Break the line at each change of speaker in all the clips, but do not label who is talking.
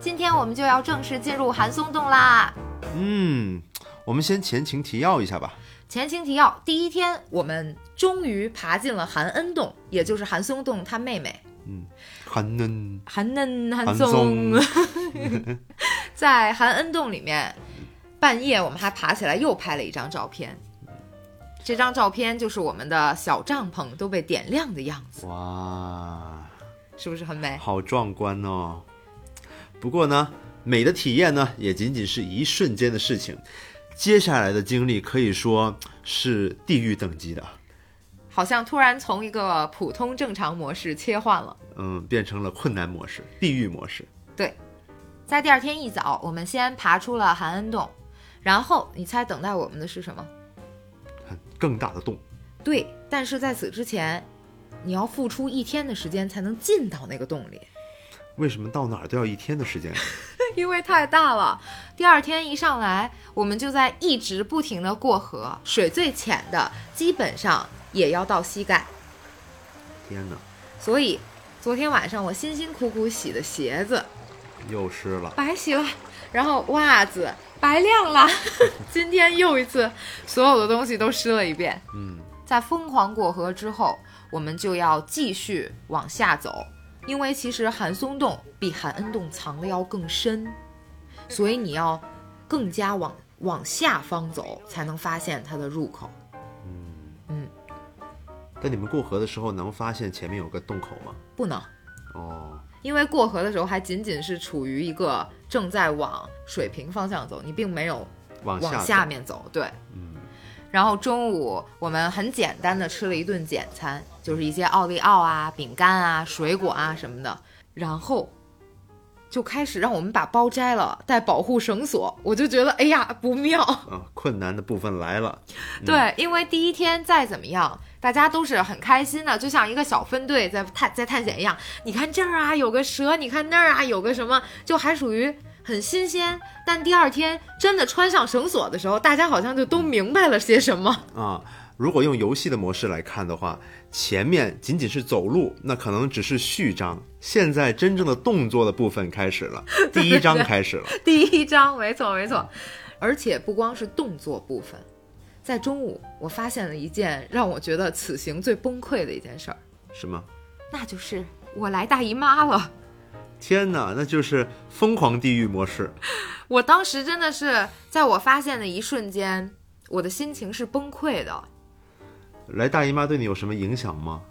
今天我们就要正式进入寒松洞啦。
嗯，我们先前情提要一下吧。
前情提要：第一天，我们终于爬进了韩恩洞，也就是韩松洞他妹妹
嗯，韩恩，
韩嫩韩
韩
松
松。
在韩恩洞里面，半夜我们还爬起来又拍了一张照片。这张照片就是我们的小帐篷都被点亮的样子，
哇，
是不是很美？
好壮观哦！不过呢，美的体验呢，也仅仅是一瞬间的事情。接下来的经历可以说是地狱等级的，
好像突然从一个普通正常模式切换了。
嗯，变成了困难模式、地狱模式。
对，在第二天一早，我们先爬出了韩恩洞，然后你猜等待我们的是什么？
更大的洞，
对，但是在此之前，你要付出一天的时间才能进到那个洞里，
为什么到哪儿都要一天的时间？
因为太大了。第二天一上来，我们就在一直不停的过河，水最浅的基本上也要到膝盖，
天哪，
所以昨天晚上我辛辛苦苦洗的鞋子
又湿了。
白洗了，然后袜子白晾了，今天又一次，所有的东西都湿了一遍。
嗯，
在疯狂过河之后，我们就要继续往下走，因为其实寒松洞比寒恩洞藏的要更深，所以你要更加往往下方走才能发现它的入口。
但你们过河的时候能发现前面有个洞口吗？
不能，
哦，
因为过河的时候还仅仅是处于一个正在往水平方向走，你并没有
往下
往
走
下。面走。对，
嗯，
然后中午我们很简单的吃了一顿简餐，就是一些奥利奥啊、饼干啊、水果啊什么的。然后就开始让我们把包摘了，带保护绳索。我就觉得，哎呀，不妙。
啊，困难的部分来了。
对，因为第一天再怎么样，大家都是很开心的，就像一个小分队在探在探险一样。你看这儿啊有个蛇，你看那儿啊有个什么，就还属于。很新鲜，但第二天真的穿上绳索的时候，大家好像就都明白了些什么。
啊，如果用游戏的模式来看的话，前面仅仅是走路，那可能只是序章。现在真正的动作的部分开始 了，第一章开始了。
第一章，没错没错。而且不光是动作部分，在中午我发现了一件让我觉得此行最崩溃的一件事儿，
什么？
那就是我来大姨妈了。
天哪，那就是疯狂地狱模式。
我当时真的是在我发现的一瞬间，我的心情是崩溃的。
来大姨妈对你有什么影响吗？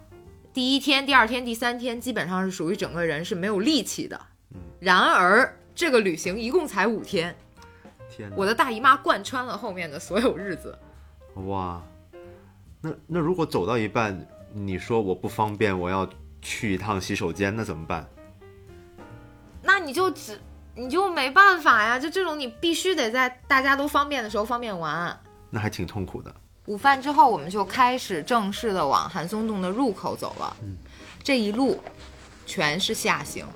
第一天、第二天、第三天，基本上是属于整个人是没有力气的。然而，这个旅行一共才五天，
天
我的大姨妈贯穿了后面的所有日子。
哪，哇，那那如果走到一半，你说我不方便，我要去一趟洗手间，那怎么办？
那你就只你就没办法呀，就这种你必须得在大家都方便的时候方便完。
那还挺痛苦的。
午饭之后，我们就开始正式的往韩松洞的入口走了。这一路全是下行，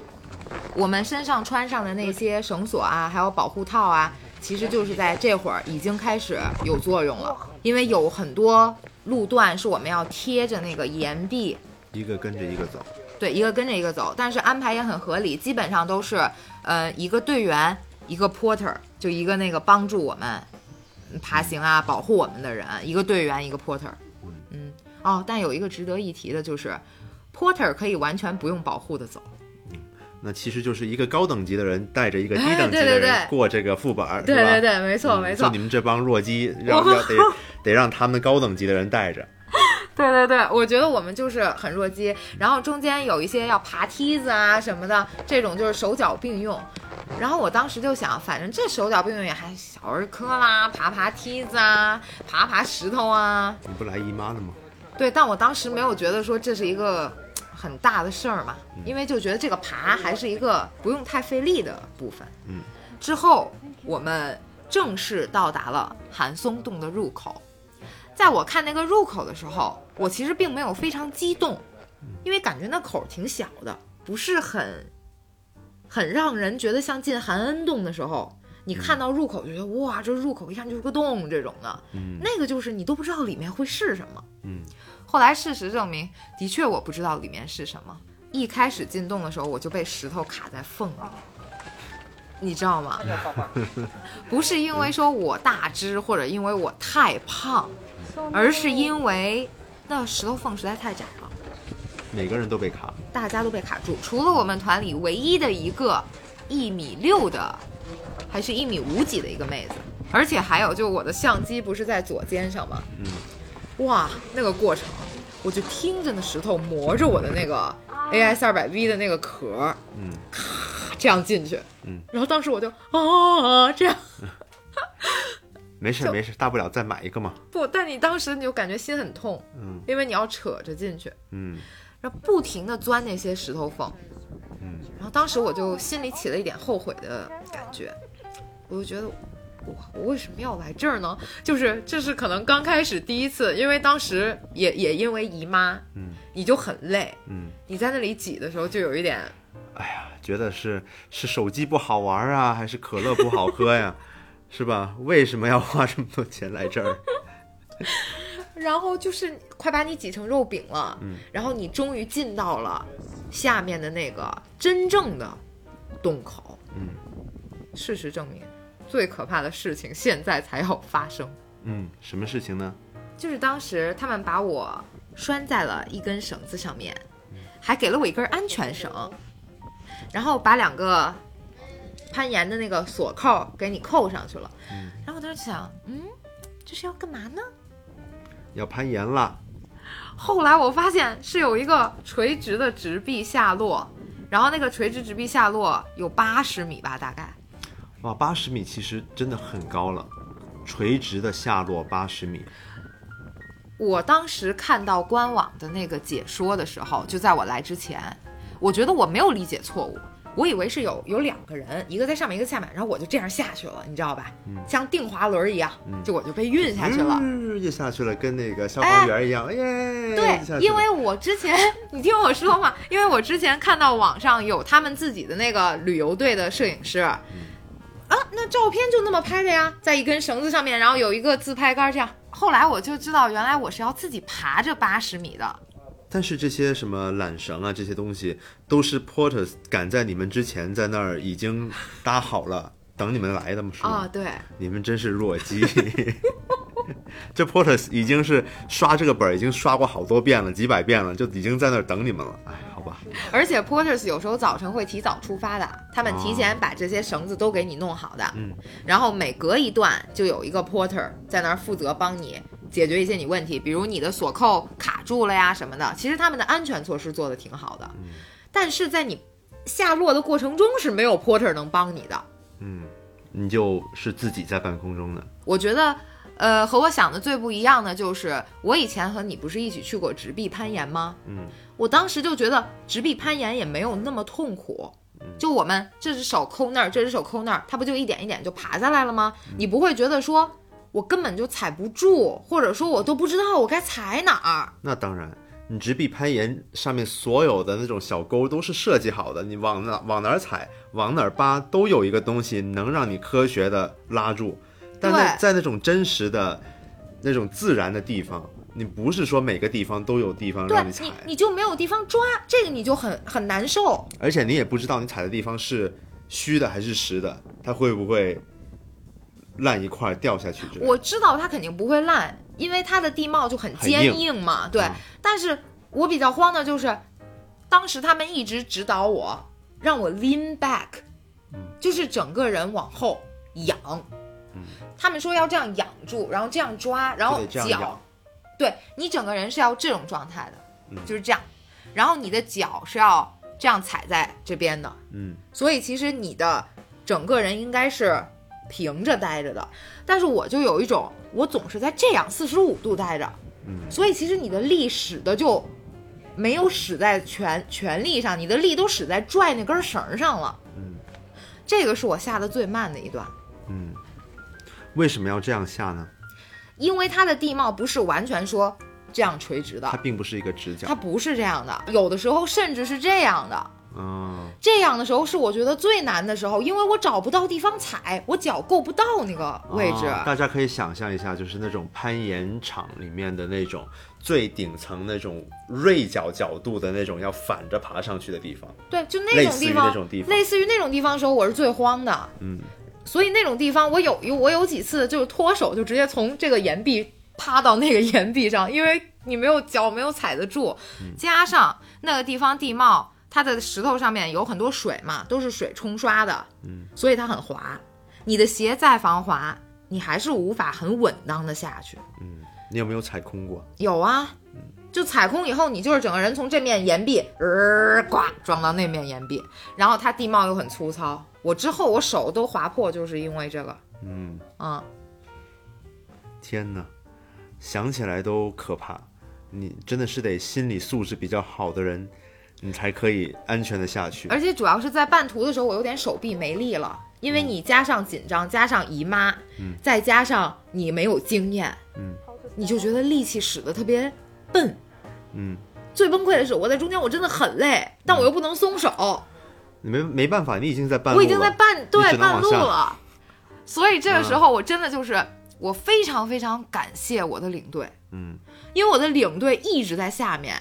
我们身上穿上的那些绳索啊，还有保护套啊，其实就是在这会儿已经开始有作用了，因为有很多路段是我们要贴着那个岩壁
一个跟着一个走，
对，一个跟着一个走，但是安排也很合理，基本上都是呃一个队员，一个 porter，就一个那个帮助我们嗯爬行啊、保护我们的人，一个队员，一个 porter。嗯，哦，但有一个值得一提的就是，porter 可以完全不用保护的走。
那其实就是一个高等级的人带着一个低等级
哎对对
的
对
人过这个副本儿，
对
是吧
对对，没错
嗯
没
像
错
你，们这帮弱鸡，让要 得得让他们高等级的人带着。
对对对，我觉得我们就是很弱鸡，然后中间有一些要爬梯子啊什么的，这种就是手脚并用。然后我当时就想，反正这手脚并用也还小儿科啦，爬爬梯子啊，爬爬石头啊。
你不来姨妈了吗？
对，但我当时没有觉得说这是一个嘖很大的事儿嘛，
嗯
因为就觉得这个爬还是一个不用太费力的部分。
嗯，
之后我们正式到达了寒松洞的入口。在我看那个入口的时候，我其实并没有非常激动，
嗯
因为感觉那口儿挺小的，不是很很让人觉得像进韩恩洞的时候，
嗯
你看到入口就觉得哇，这入口一看就是个洞这种的。
嗯
那个就是你都不知道里面会是什么。
嗯，
后来事实证明，的确我不知道里面是什么。一开始进洞的时候，我就被石头卡在缝里，你知道吗？
那叫高官。
不是因为说我大只或者因为我太胖，而是因为那石头缝实在太窄了，
每个人都被卡。
大家都被卡住，除了我们团里唯一的一个一米六的，还是一米五几的一个妹子，而且还有就我的相机不是在左肩上吗？
嗯
哇，那个过程，我就听着那石头磨着我的那个 AS 二百 V 的那个壳儿，
啊嗯，
这样进去，
嗯，
然后当时我就啊这样。
没事没事，大不了再买一个嘛。
不，但你当时你就感觉心很痛，
嗯
因为你要扯着进去，
嗯
然后不停的钻那些石头缝，
嗯，
然后当时我就心里起了一点后悔的感觉，我就觉得。我我为什么要来这儿呢？就是这是可能刚开始第一次，因为当时也也因为姨妈，
嗯，
你就很累，
嗯，
你在那里挤的时候就有一点，
哎呀，觉得是是手机不好玩啊，还是可乐不好喝呀？ 是吧？为什么要花这么多钱来这儿？
然后就是快把你挤成肉饼了，
嗯
然后你终于进到了下面的那个真正的洞口。
嗯
事实证明，最可怕的事情现在才要发生，
嗯，什么事情呢？
就是当时他们把我拴在了一根绳子上面，
嗯
还给了我一根安全绳，然后把两个攀岩的那个锁扣给你扣上去了。
嗯
然后我当时想，嗯，这是要干嘛呢？
要攀岩啦。
后来我发现是有一个垂直的直壁下落，然后那个垂直直壁下落有八十米吧，大概。
哇，八十米其实真的很高了，垂直的下落八十米。
我当时看到官网的那个解说的时候，就在我来之前，我觉得我没有理解错误，我以为是有有两个人，一个在上面，一个下面，然后我就这样下去了，你知道吧？像定滑轮一样，就我就被运下去了。哎
嗯就下去了，跟那个消防员一样，耶！就下
对，
去
因
了
为我之前 你听我说嘛，因为我之前看到网上有他们自己的那个旅游队的摄影师，啊，
嗯
那照片就那么拍的呀，在一根绳子上面，然后有一个自拍杆这样。后来我就知道，原来我是要自己爬这八十米的。
但是这些什么缆绳啊，这些东西都是 porters 赶在你们之前在那儿已经搭好了，等你们来的嘛，是
啊、
吗？
对，
你们真是弱鸡。 这 porters 已经是刷这个本儿已经刷过好多遍了，几百遍了，就已经在那儿等你们了。哎，好吧，
而且 porters 有时候早晨会提早出发的，他们提前把这些绳子都给你弄好的，
嗯，
然后每隔一段就有一个 porter 在那儿负责帮你解决一些你问题，比如你的锁扣卡住了呀什么的。其实他们的安全措施做的挺好的，但是在你下落的过程中是没有 porter 能帮你的。
嗯，你就是自己在半空中的，
我觉得，呃，和我想的最不一样的就是，我以前和你不是一起去过直壁攀岩吗？
嗯，
我当时就觉得直臂攀岩也没有那么痛苦。
嗯
就我们这只手抠那儿，这只手抠那儿，它不就一点一点就爬下来了吗？你不会觉得说我根本就踩不住，或者说我都不知道我该踩哪儿？
那当然。你直臂攀岩上面所有的那种小沟都是设计好的，你往哪往哪儿踩，往哪儿扒，都有一个东西能让你科学的拉住。但在
对
在那种真实的、那种自然的地方，你不是说每个地方都有地方
对
让踩
你，，你就没有地方抓，这个你就很很难受。
而且你也不知道你踩的地方是虚的还是实的，它会不会烂一块儿掉下去之类的。
我知道它肯定不会烂，因为它的地貌就很
很硬
坚硬嘛。对，
嗯
但是我比较慌的就是，当时他们一直指导我，让我 lean back，、就是
嗯
整个人往后仰。他们说要这样仰住，然后这样抓，然后
就得嗯这样
脚
仰，嗯
对你整个人是要这种状态的，就是这样。然后你的脚是要这样踩在这边的，
嗯，
所以其实你的整个人应该是平着待着的，但是我就有一种，我总是在这样四十五度待着，
嗯
所以其实你的力使的就没有使在全全力上，你的力都使在拽那根绳儿上了，
嗯，
这个是我下的最慢的一段，
嗯，为什么要这样下呢？
因为它的地貌不是完全说这样垂直的
它，并不是一个直角
它。不是这样的，有的时候甚至是这样的，
嗯，
这样的时候是我觉得最难的时候，因为我找不到地方踩，我脚够不到那个位置。
哦大家可以想象一下，就是那种攀岩场里面的那种最顶层那种锐角角度的那种要反着爬上去的地方。
对，就那
类
种
似于
地方，
那种地方
类似于那种地方的时候，我是最慌的。
嗯，
所以那种地方，我有有我有几次就是脱手就直接从这个岩壁趴到那个岩壁上，因为你没有脚没有踩得住，
嗯
加上那个地方地貌，它的石头上面有很多水嘛，都是水冲刷的，嗯，所以它很滑。你的鞋再防滑，你还是无法很稳当的下去。
你有没有踩空过？
有啊，就踩空以后，你就是整个人从这面岩壁，呃，呱撞到那面岩壁，然后它地貌又很粗糙，我之后我手都划破，就是因为这个，
嗯，
嗯，
天哪，想起来都可怕。你真的是得心理素质比较好的人，你才可以安全的下去。
而且主要是在半途的时候，我有点手臂没力了，因为你加上紧张，加上姨妈，
嗯
再加上你没有经验，你就觉得力气使得特别笨，
嗯，
最崩溃的是我在中间我真的很累，但我又不能松手，
你没没办法，你已经在半路
我
了。
已经在半
你
对
只能
半
往
路
下嗯
了，所以这个时候我真的就是、我非常非常感谢我的领队，
嗯
因为我的领队一直在下面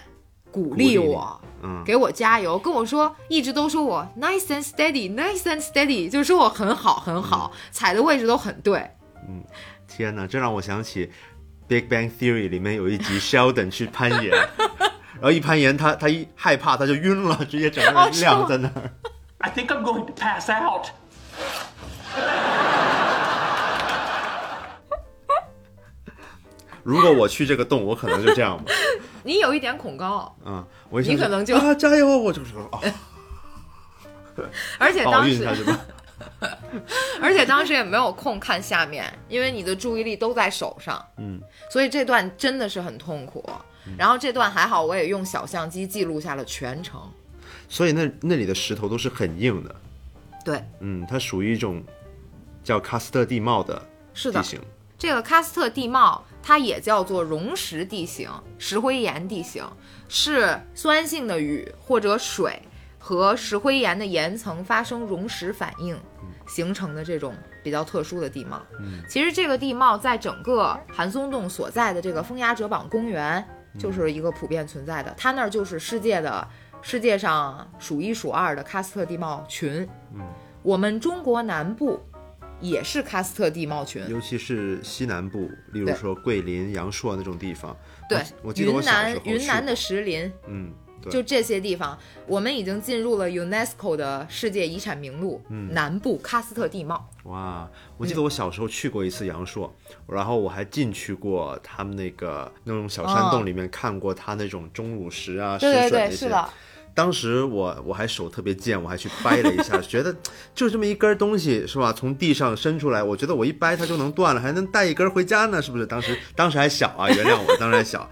鼓励
鼓励你
我，
嗯，
给我加油，跟我说一直都说我 nice and steady，nice and steady，就是说我很好很好，
嗯
踩的位置都很对。
天哪，这让我想起《Big Bang Theory》里面有一 集 Sheldon 去攀岩，然后一攀岩他他一害怕他就晕了， 直接整个
哦
人
是
晾
吗
在那儿。
I think I'm going to pass out.
如果我去这个洞，我可能就 这样吧。
你有一点恐高，
嗯，我一
你
想
可能就
啊加油，我就是 哦，
而且
把我
当
晕下
时
去吧。
而且当时也没有空看下面，因为你的注意力都在手上，
嗯，
所以这段真的是很痛苦。然后这段还好，我也用小相机记录下了全程。
所以那那里的石头都是很硬的，
对，
嗯，它属于一种叫喀斯特地貌的
是
地
的，
形。
这个喀斯特地貌，它也叫做溶石地形、石灰岩地形，是酸性的雨或者水和石灰岩的岩层发生溶蚀反应形成的这种比较特殊的地貌。其实这个地貌在整个韩松洞所在的这个风崖折榜公园就是一个普遍存在的，它那儿就是世界的世界上数一数二的喀斯特地貌群。我们中国南部也是喀斯特地貌群。
尤其是西南部，例如
对
说桂林、阳朔那种地方。
对
我，我记得我
云
小时
南
候
云
去
南
过
的石林，
嗯，对，
就这些地方，我们已经进入了 UNESCO 的世界遗产名录，
嗯
南部喀斯特地貌。
哇，我记得我小时候去过一次阳朔，然后我还进去过他们那个那种小山洞里面看过他那种钟乳石啊、
嗯对对
石笋
对，
那
是
些。
的，
当时我我还手特别贱，我还去掰了一下，觉得就这么一根东西是吧？从地上伸出来，我觉得我一掰它就能断了，还能带一根回家呢，是不是？当时当时还小啊，原谅我，当时还小。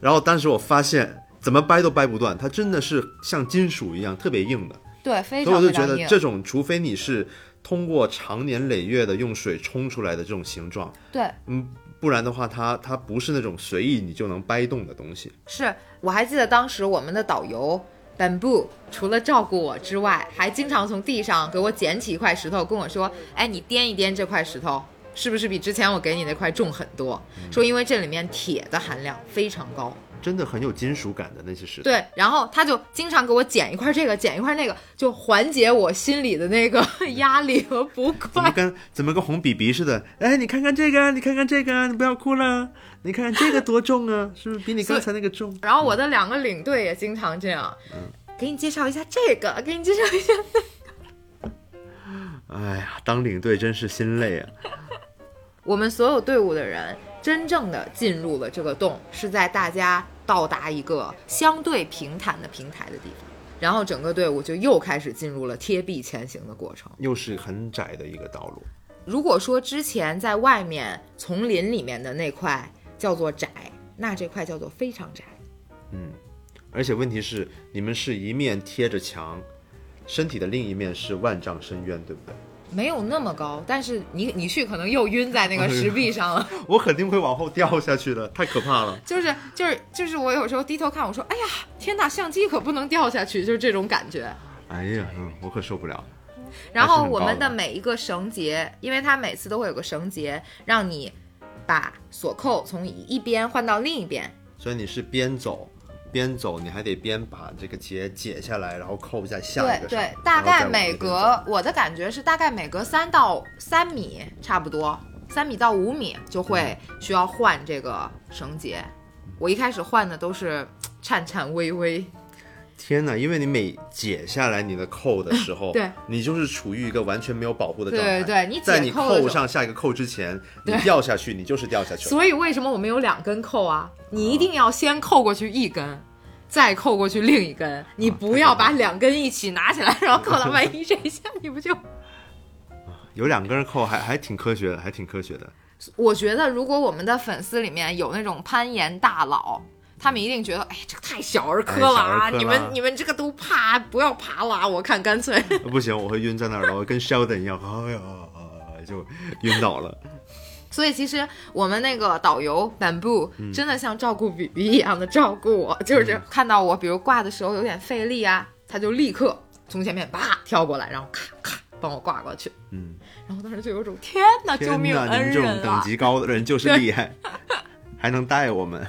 然后当时我发现怎么掰都掰不断，它真的是像金属一样特别硬的。
对，非
所以
常
我就
非
觉
常
得
硬。
这种，除非你是通过长年累月的用水冲出来的这种形状，
对，
嗯，不然的话它，它不是那种随意你就能掰动的东西。
是我还记得当时我们的导游 Bamboo 除了照顾我之外，还经常从地上给我捡起一块石头，跟我说：“哎，你掂一掂这块石头，是不是比之前我给你那块重很多？”
嗯
说因为这里面铁的含量非常高。
真的很有金属感的那些石头，
对，然后他就经常给我捡一块这个，捡一块那个，就缓解我心里的那个压力和不
嗯怎么
快。
跟怎么跟红笔笔似的？哎，你看看这个，你看看这个，啊你不要哭了，你看看这个多重啊， 是不是比你刚才那个重？
然后我的两个领队也经常这样，
嗯
给你介绍一下这个，给你介绍一下。
哎呀，当领队真是心累啊！
我们所有队伍的人真正的进入了这个洞，是在大家到达一个相对平坦的平台的地方，然后整个队伍就又开始进入了贴壁前行的过程。
又是很窄的一个道路，
如果说之前在外面丛林里面的那块叫做窄，那这块叫做非常窄。
而且问题是，你们是一面贴着墙，身体的另一面是万丈深渊，对不对？
没有那么高，但是你你去可能又晕在那个石壁上了。
我肯定会往后掉下去的，太可怕了。
就是就是就是，我有时候低头看，我说：“哎呀，天哪，相机可不能掉下去。”就是这种感觉。
哎呀，嗯，我可受不了。
然
还是
后
很
我们
高的
的每一个绳结，因为它每次都会有个绳结，让你把锁扣从一边换到另一边。
所以你是边走边走，你还得边把这个结解下来，然后扣在下一个上。
对，
然
大
后再
概
往
每
那边
隔我的感觉是大概每隔三到三米差不多，三米到五米就会需要换这个绳结。我一开始换的都是颤颤巍巍，
走天哪！因为你每解下来你的扣的时候，
对，
你就是处于一个完全没有保护的状态。
对对对你解
在你
扣的时候
扣上下一个扣之前，你掉下去，你就是掉下去了。
所以为什么我们有两根扣啊？你一定要先扣过去一根，再扣过去另一根，你不要把两根一起拿起来，然后扣到万一这一下，你不就？
有两根扣还还挺科学的，还挺科学的。
我觉得如果我们的粉丝里面有那种攀岩大佬。他们一定觉得，哎，这个太小儿科了啊！
哎小儿科了
你们你们这个都爬，不要爬了啊！我看干脆，
呃不行，我会晕在那儿的，我跟 Sheldon 一样，哎呀，就晕倒了。
所以其实我们那个导游 Bamboo
嗯
真的像照顾 BB 一样的照顾我，就是看到我比如挂的时候有点费力啊，他就立刻从前面啪跳过来，然后咔咔帮我挂过去。
嗯，
然后当时就有种天哪，救
天
命
哪，你
恩
们这种
人
等
啊！
级高的人就是厉害， 还能带我们。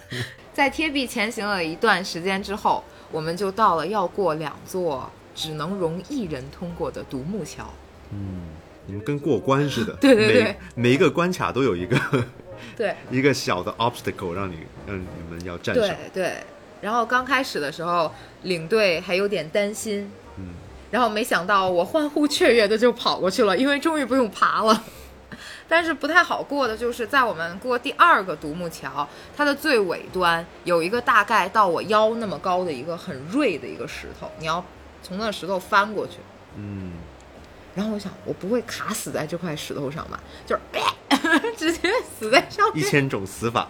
在贴壁前行了一段时间之后，我们就到了要过两座只能容一人通过的独木桥。
你们跟过关似的，
对对对
每每一个关卡都有一个
对，
一个小的 obstacle 让你让你们要战胜
对。对。然后刚开始的时候，领队还有点担心，
嗯，
然后没想到我欢呼雀跃的就跑过去了，因为终于不用爬了。 但是不太好过的就是在我们过第二个独木桥，它的最尾端有一个大概到我腰那么高的一个很锐的一个石头，你要从那石头翻过去。
嗯，
然后我想，我不会卡死在这块石头上吧？就是 直接死在上
一
面。
千种 死法，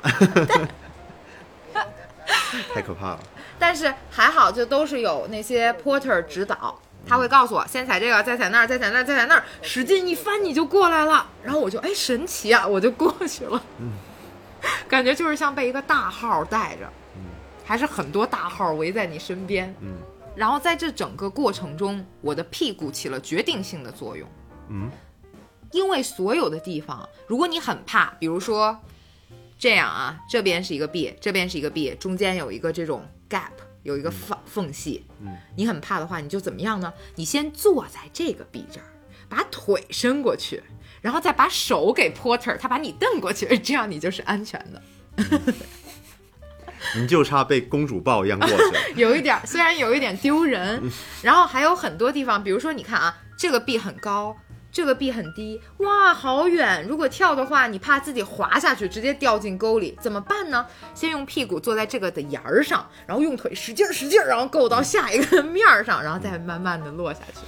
太可怕了。
但是还好，就都是有那些 porter 指导，他会告诉我先踩这个，再踩那儿，再踩那儿，再踩那儿，使劲一翻你就过来了。然后我就哎神奇啊，我就过去了。嗯，感觉就是像被一个大号带着，嗯，还是很多大号围在你身边。
嗯
然后在这整个过程中，我的屁股起了决定性的作用。
嗯，
因为所有的地方，如果你很怕，比如说这样啊，这边是一个壁，这边是一个壁，中间有一个这种 gap，有一个缝缝隙，
嗯，
你很怕的话，你就怎么样呢？你先坐在这个壁这儿，把腿伸过去，然后再把手给 porter，他把你蹬过去，这样你就是安全的。
你就差被公主抱一样过去了。
有一点儿，虽然有一点丢人，然后还有很多地方，比如说你看啊，这个壁很高，这个壁很低，哇，好远！如果跳的话，你怕自己滑下去，直接掉进沟里，怎么办呢？先用屁股坐在这个的沿儿上，然后用腿使劲儿使劲儿，然后够到下一个面儿上，然后再慢慢的落下去。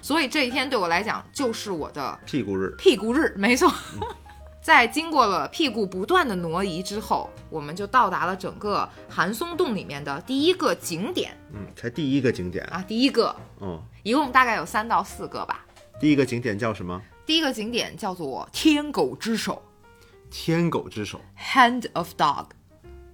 所以这一天对我来讲，就是我的
屁股日，
屁股日，没错。 在经过了屁股不断的挪移之后，我们就到达了整个寒松洞里面的第一个景点
嗯，才第一个景点，
啊，第一个，
嗯，
一共大概有三到四个吧。
第一个景点叫什么？
第一个景点叫做天狗之手
天狗之手。
（Hand of Dog），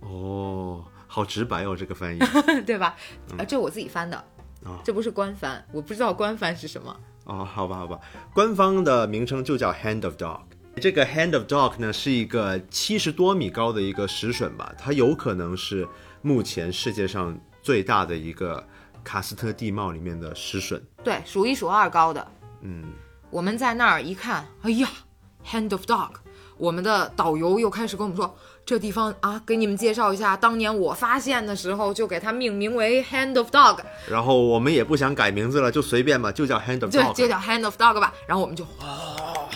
哦，好直白哦，这个翻译。
对吧？啊呃，这我自己翻的
哦，
这不是官翻，我不知道官翻是什么。
哦，好吧，好吧，官方的名称就叫 Hand of Dog。这个 Hand of Dog 呢，是一个七十多米高的一个石笋吧，它有可能是目前世界上最大的一个喀斯特地貌里面的石笋。
对，数一数二高的。
嗯，
我们在那儿一看，哎呀，Hand of Dog，我们的导游又开始跟我们说，这地方啊，给你们介绍一下，当年我发现的时候就给它命名为 Hand of Dog，
然后我们也不想改名字了，就随便吧，就叫 Hand of
对
Dog。，
就叫 Hand of Dog 吧。然后我们就哦，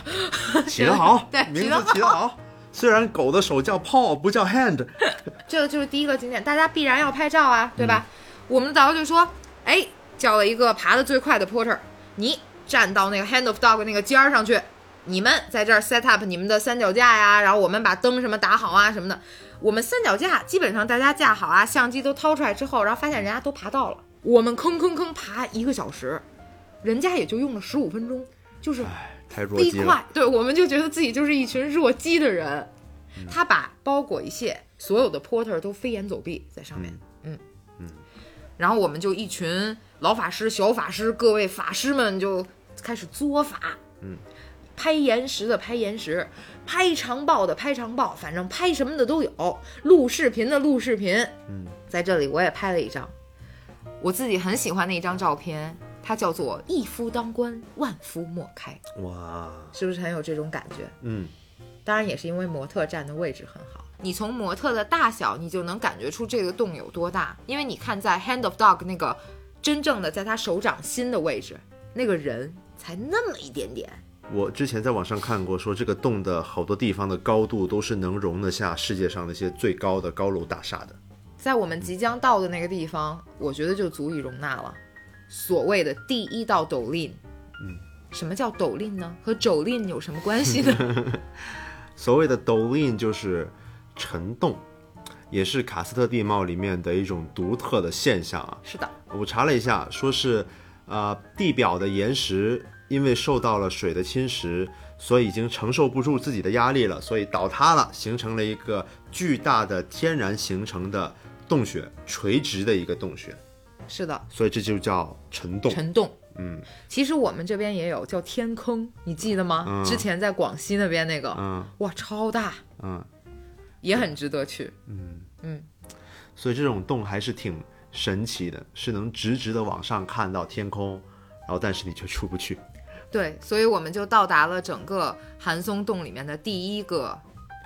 起得 好，
对
名
起得
字起得好。虽然狗的手叫 paw 不叫 hand，
这个就是第一个景点，大家必然要拍照啊，对吧？我们的导游就说，哎，叫了一个爬得最快的 porter，你站到那个 hand of dog 那个尖儿上去，你们在这儿 set up 你们的三脚架呀，然后我们把灯什么打好啊什么的。我们三脚架基本上大家架好啊，相机都掏出来之后，然后发现人家都爬到了，我们吭吭吭爬一个小时，人家也就用了十五分钟，就是
哎，太弱
飞
鸡了。
快，对，我们就觉得自己就是一群弱鸡的人。他把包裹一切所有的 porter 都飞檐走壁在上面，嗯嗯。嗯然后我们就一群老法师、小法师，各位法师们就开始作法，
嗯，
拍岩石的拍岩石，拍长报的拍长报，反正拍什么的都有，录视频的录视频，
嗯，
在这里我也拍了一张，我自己很喜欢的一张照片，它叫做“一夫当关，万夫莫开
哇，”，
是不是很有这种感觉？
嗯
当然也是因为模特站的位置很好。你从模特的大小，你就能感觉出这个洞有多大，因为你看在 Hand of Dog 那个真正的在他手掌心的位置，那个人才那么一点点。
我之前在网上看过，说这个洞的好多地方的高度都是能容得下世界上那些最高的高楼大厦的。
在我们即将到的那个地方，我觉得就足以容纳了所谓的第一道斗笠。嗯，什么叫斗笠呢？和肘笠有什么关系呢？
所谓的 dolin 就是沉洞，也是喀斯特地貌里面的一种独特的现象啊。
是的，
我查了一下，说是，呃，地表的岩石因为受到了水的侵蚀，所以已经承受不住自己的压力了，所以倒塌了，形成了一个巨大的天然形成的洞穴，垂直的一个洞穴，
是的，
所以这就叫沉洞。
沉洞。
嗯，
其实我们这边也有叫天坑，你记得吗？
嗯
之前在广西那边那个，
嗯
哇，超大，
嗯，
也很值得去。
所以这种洞还是挺神奇的，是能直直的往上看到天空，然后但是你却出不去。
对，所以我们就到达了整个寒松洞里面的第一个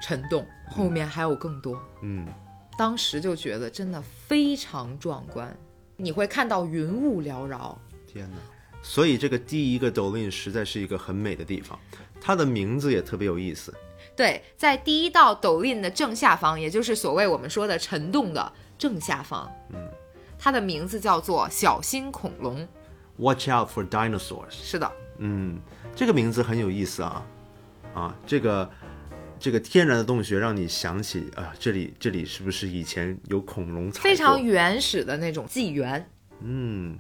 沉洞，后面还有更多。
嗯，
当时就觉得真的非常壮观，你会看到云雾缭绕。
天哪！所以这个第一个 dolin 实在是一个很美的地方，它的名字也特别有意思。
对，在第一道陡峭的正下方，也就是所谓我们说的沉洞的正下方，嗯，它的名字叫做小心恐龙。
Watch out for dinosaurs。
是的，
嗯，这个名字很有意思啊，啊，这个这个天然的洞穴让你想起啊，这里这里是不是以前有恐龙踩过？
非常原始的那种纪元。
嗯，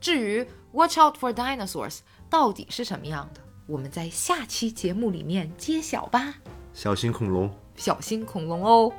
至于 Watch Out for Dinosaurs 到底是什么样的，我们在下期节目里面揭晓吧。
小型恐龙。
小心恐龙哦。